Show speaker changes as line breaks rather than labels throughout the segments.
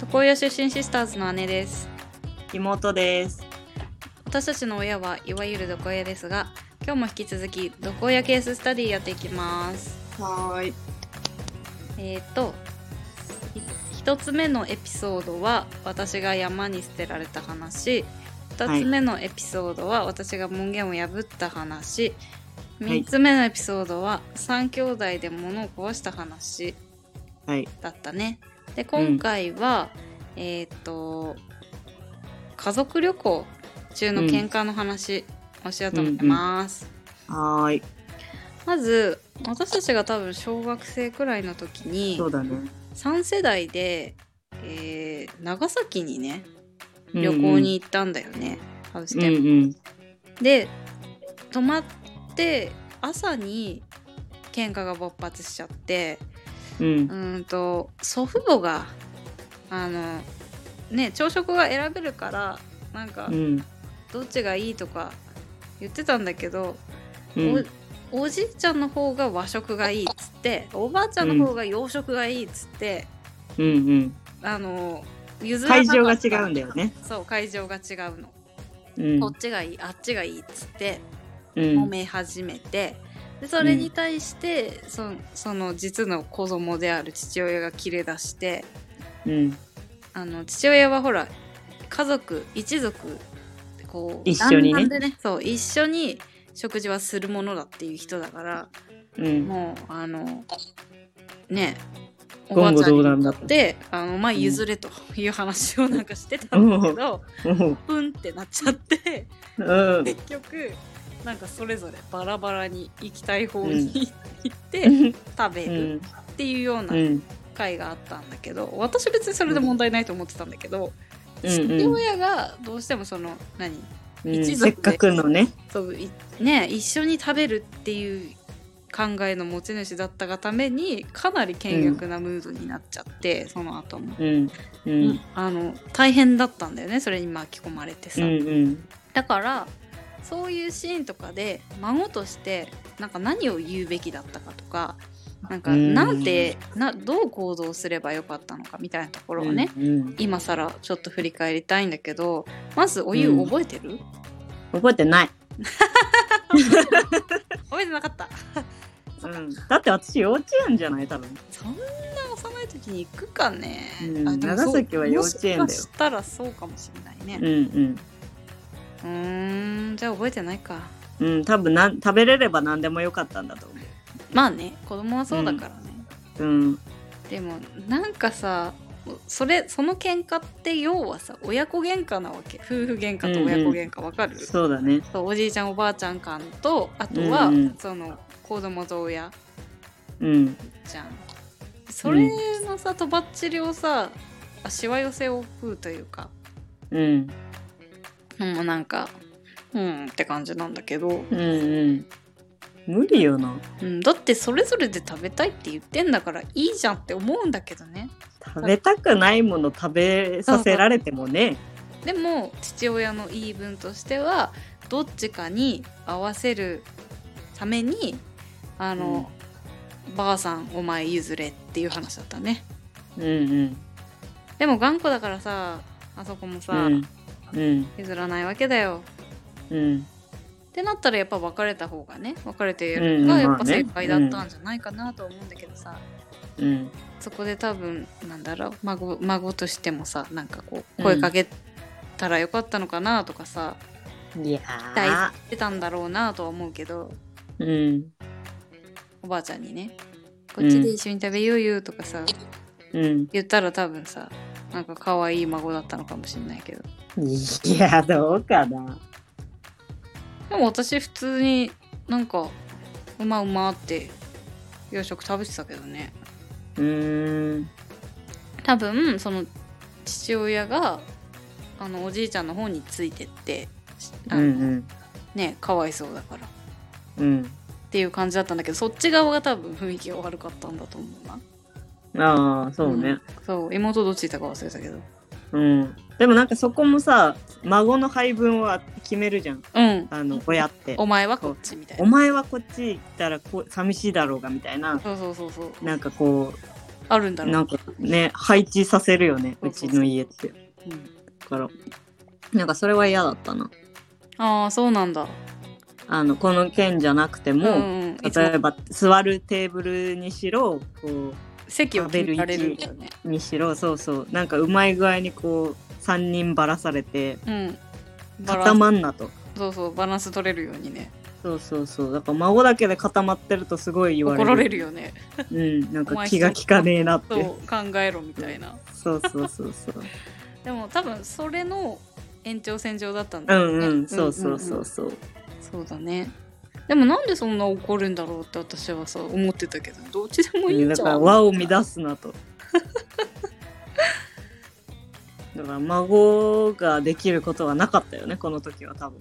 床屋出身シスターズの姉です
妹です。
私たちの親はいわゆる床屋ですが今日も引き続き床屋ケーススタディやっていきます
はーい。
えー、とい一つ目のエピソードは私が山に捨てられた話
は
二
い
つ目のエピソードは私が門限を破った話
はい
三つ目のエピソードは三兄弟で物を壊した話
はい。
だったねで今回は、えーっと家族旅行中の喧嘩の話をしようと思ってます、
はーい。
まず私たちが多分小学生くらいの時に
そうだね。
3世代で、えー長崎にね旅行に行ったんだよね、ハウス
うん
テ
う
ン
ん。うん
で泊まって朝に喧嘩が勃発しちゃって
うん。
うーんと祖父母があのね朝食が選べるからなんか
うん。うん
どっちがいいとか言ってたんだけど、
うん。
おおじいちゃんの方が和食がいいっつっておばあちゃんの方が洋食がいいっつって、
うん。
あの譲らな
会場
か
が
った
違うんだよね。
そう会場が違うの、
うん
こっちがいいあっちがいいっつって
う
揉
ん。
め始めてでそれに対して、そその実の子供である父親が切れ出して
うん。
あの父親はほら家族一族こう
一緒に
団
ね
らんでねそう一緒に食事はするものだっていう人だから
うん。
もうあのねおばあ
言
ち
語
ゃんに
道断だった。
であのまあ譲れという話をなんかしてたんだけど、
うん。
プンってなっちゃって
うん
結局なんかそれぞれバラバラに行きたい方に行って、食べ
う
る
ん。
っていうよう
う。
なん会があったんだけど、私別にそれで問題ないと思ってたんだけど、
うん
父親がどうしてもその何
うん。
一族で
せっかくのね。
そういね一緒に食べるっていう考えの持ち主だったがためにかなり倹約なムードになっちゃって、その後も。
うん。うん。
あの大変だったんだよねそれに巻き込まれて
う
さ、
ん。
だからそういうシーンとかで孫としてなんか何を言うべきだったかとかなんか
うん
なんてなどう行動すればよかったのかみたいなとこ
う
ろ
ん。
をね、
うん。
今更ちょっと振り返りたいんだけどまずお湯
うん
覚えてる、
覚えてない。
覚えてなかった
うん。だって私幼稚園じゃない多分。
そんな幼い時に行くかね、
うん
あでもそう
長崎は幼稚園だよ
もしかしたらそうかもしれないね
うん
うーんじゃあ覚えてないか
うん。うん。多分なん食べれれば何でもよかったんだと思
まあね子供はそうだからね、
う。うん。
でもなんかさそれその喧嘩って要はさ親子喧嘩なわけ夫婦喧嘩と親子喧嘩わかる、
そうだね。
そうおじいちゃんおばあちゃん感とあとは、
うんうん
その子供と親
うん。
じゃんそれのさとばっちりをさあしわ寄せを風というか
うん。
もうなんかうんって感じなんだけど、
うんうん。無理よな。
うん、だってそれぞれで食べたいって言ってんだからいいじゃんって思うんだけどね
食べたくないもの食べさせられてもね。
でも父親の言い分としてはどっちかに合わせるためにあの、ばあさんお前譲れっていう話だったね
うんうん。
でも頑固だからさあそこも
う
さ、
ん。うん。
譲らないわけだよ
うん。
ってなったらやっぱ別れた方がね別れてやるのが
うんうん
や
ま
っ
あ
ぱ
ね
正解だったんじゃないかなと思うんだけどさ、
うん。
そこで多分なんだろう孫孫としてもさなんかこう声かけたらよかったのかなとかさ、
いや
期待
ー。
してたんだろうなとは思うけど
うん。
おばあちゃんにね「こっちで一緒に食べようよ」とかさ、
うん。
言ったら多分さなんか可愛い孫だったのかもしれないけど
いや、どうかな。
でも私普通になんかうまうまって洋食食べてたけどね
うーん。
多分その父親があのおじいちゃんの方についてってあ
う
の、
ん
ねかわいそうだからっ
うん。
ていう感じだったんだけどそっち側が多分雰囲気が悪かったんだと思うな
うん。ああ、そうね。
そう妹どっちいたか忘れたけど
うん、でもなんかそこもさ孫の配分は決めるじゃん
うん
あの親って
お前はこっちみたい
お
な
前はこっち行ったらこう寂しいだろうがみたいな
そうそうそうそう
なんかこ
あるんだ
う
ろ
な
うん
かね配置させるよね
そう
う
そ
ち
うそう
の家って
うん
だからなんかそれは嫌だったな
ああそうなんだ
あのこの件じゃなくても、
うんうんいつ
例え
も
ば座るテーブルにしろこ
席を決められるんだよね
うにしろそうそうなんかうまい具合にこう3人ばらされて
うんバラ
固
ンス
まんなと
そうそうバランス取れるようにね
そうそうそうだから孫だけで固まってるとすごい言われ
怒
る
られるよね
うんなん
お
か
前
気が利かねえなっ
そう
て
考えろみたいな
そうそうそうそう
でも多分それの延長線上だったん
う
だよ
ん
ね
うんそうそうそ
んん
うそう
そうだねでもなんでそんな怒るんだろうって私はさ思ってたけどどっちでもいいん
だ
じ
か
ゃ
ら
ん
和を乱す なとだから孫ができることはなかったよねこの時は多分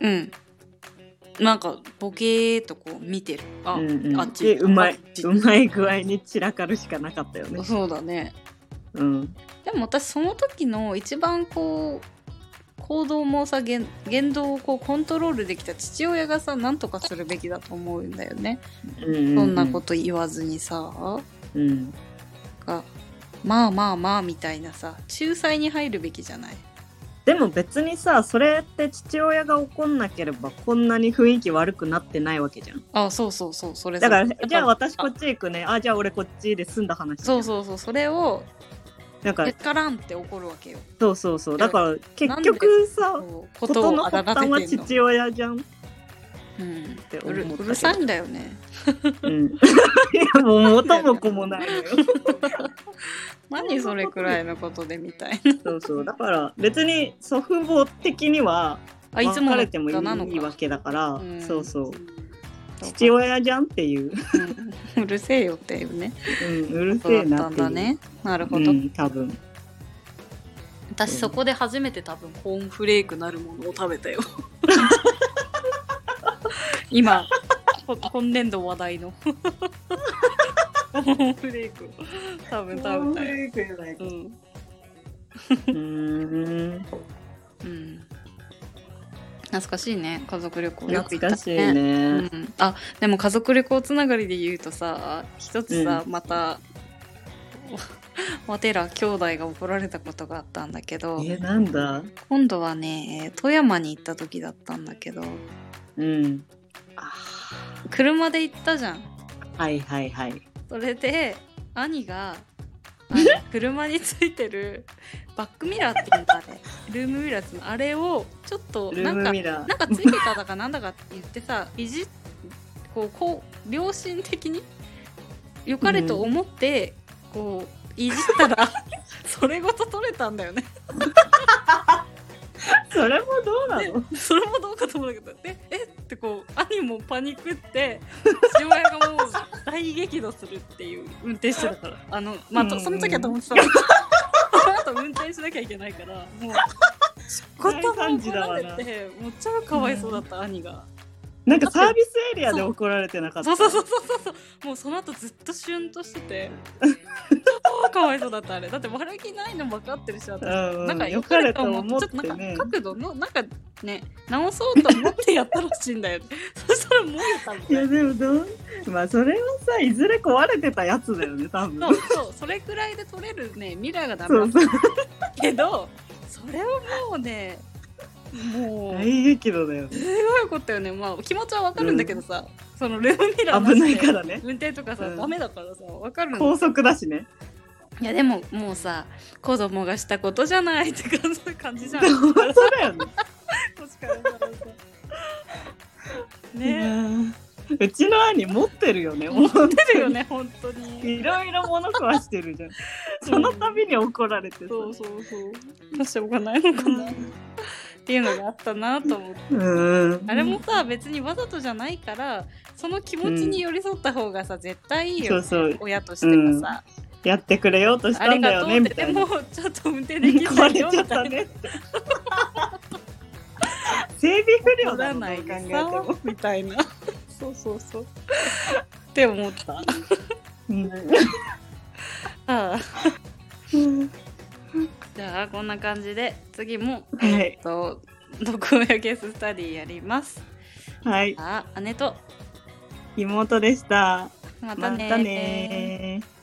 うんなんかボケーっとこう見てるあ、
うんうん
あっち
でうま
あ
い
っち
うまい具合に散らかるしかなかったよね
そうだね
うん
でも私その時の一番こう行動もさ言言動をこうコントロールできた父親がさ何とかするべきだと思うんだよね、そ
そ
んなこと言わずにさ
とうん
がまあまあまあみたいなさ仲裁に入るべきじゃない
でも別にさそれって父親が怒んなければこんなに雰囲気悪くなってないわけじゃん
あそうそうそうそれ
だから
それ
じゃあ私こっち行くねあじゃあ俺こっちで済んだ話
そうそうそうそれを
うな
「
んか
でからん」って怒るわけよ
そうそうそうだから結
な
局さ
こう
ことの
あだ名
発端は
出てんの
父親じゃん
うん
て思
うる
ったけど
うるさいんだよね
うん、いやもう元も子もないのよ
何それくらいのことでみたい
そうそうだから別に祖父母的には
なあいつも
別
の
れてもい
だなのか
いわけだから、
うん
そうそう父
父親
親じゃんっていう、
うるせえよっていうね
うん、うる
そうだ
せえ
った
なっ
ん
ていう
だねなるほ
う
ど、
ん、多分
私そこで初めて多分コーンフレークなるものを食べたよ今こ今年度話題のコーンフレークを多分食べたよう
うんーん
うん懐かしいね家族旅行よく行
懐
った
かしいね
うん、あでも家族旅行つながりで言うとさ一つさ、またおわてら兄弟が怒られたことがあったんだけど
えなんだ
今度はね富山に行った時だったんだけど
うん
車で行ったじゃん
はいはいはい
それで兄があ の車についてるバックミラーっていうのあれルームミラーっていうのあれをちょっと
ル
な
ー
んか
ムミラー
なんかついてただかなんだかって言ってさいじっこうこう良心的に良かれと思って、こういじった らそれごと取れたんだよね
それもどうなの
それもどうかと思うんだけどでえってこう兄もパニックって父親がもう大激怒するっていう運転してたからあのまあと
うん
その時は友達さんその後運転しなきゃいけないからもう仕方なく怒られてもう超かわいそうだった兄が。
なんかサービスエリアで怒られてなかった
そうそうそうそうそうもうその後ずっとシュンとしてて超かわいそうだったあれだって悪気ないの分かってるし私
うんうん
なんか
良
良か
か
れ
れ
と
と
思
思
っ
って
ちょ
て
っと
ね
なんか角度のなんかね直そうと思ってやったらしいんだよね そしたらもうやったみ
い
た
や
いな
でもどうまあそれはさいずれ壊れてたやつだよね多分
そうそうそれくらいで取れるねミラーがダメ
そ
な
うんそう
だけどそれをもうねもう
大激怒だよね
すごいことよねまあ気持ちは分かるんだけどさ、そのルームミラー
危ない
しで
からね
運転とかさ、
うん
ダメだからさ分かるんだけど
高速だしね
いやでももうさ子供がしたことじゃないって感じ 感じじゃん。
本当だよねいや
ね
ーうちの兄持ってるよね
持ってるよ
ね
ね本当に。
いろいろ物食わしてるじゃんその度に怒られてさ
そうそうそう。どうしようがないのかなっていうのがあったなと思って。
うん
あれもさ別にわざとじゃないからその気持ちに寄り添った方がさ絶対いい
そ
よ
う。そう
親としてもさ、
やってくれようとし
あ
た
れ
んだ
が
よ
どう
ね
っ
み
て
た
で
い
も
な
ちょっと運転できな
壊
い
れ
よ
ち
み
ゃったた
いな
ねって整備不良
取
だ
ら
もん
ない
どう考
で
えても
さみたいなそうそうそうって思ったああ
うん
じゃあこんな感じで次も
はい
えっ。と毒親ケーススタディやります。
はい。
あ姉と
妹でした。
また
ま
ねー
たねー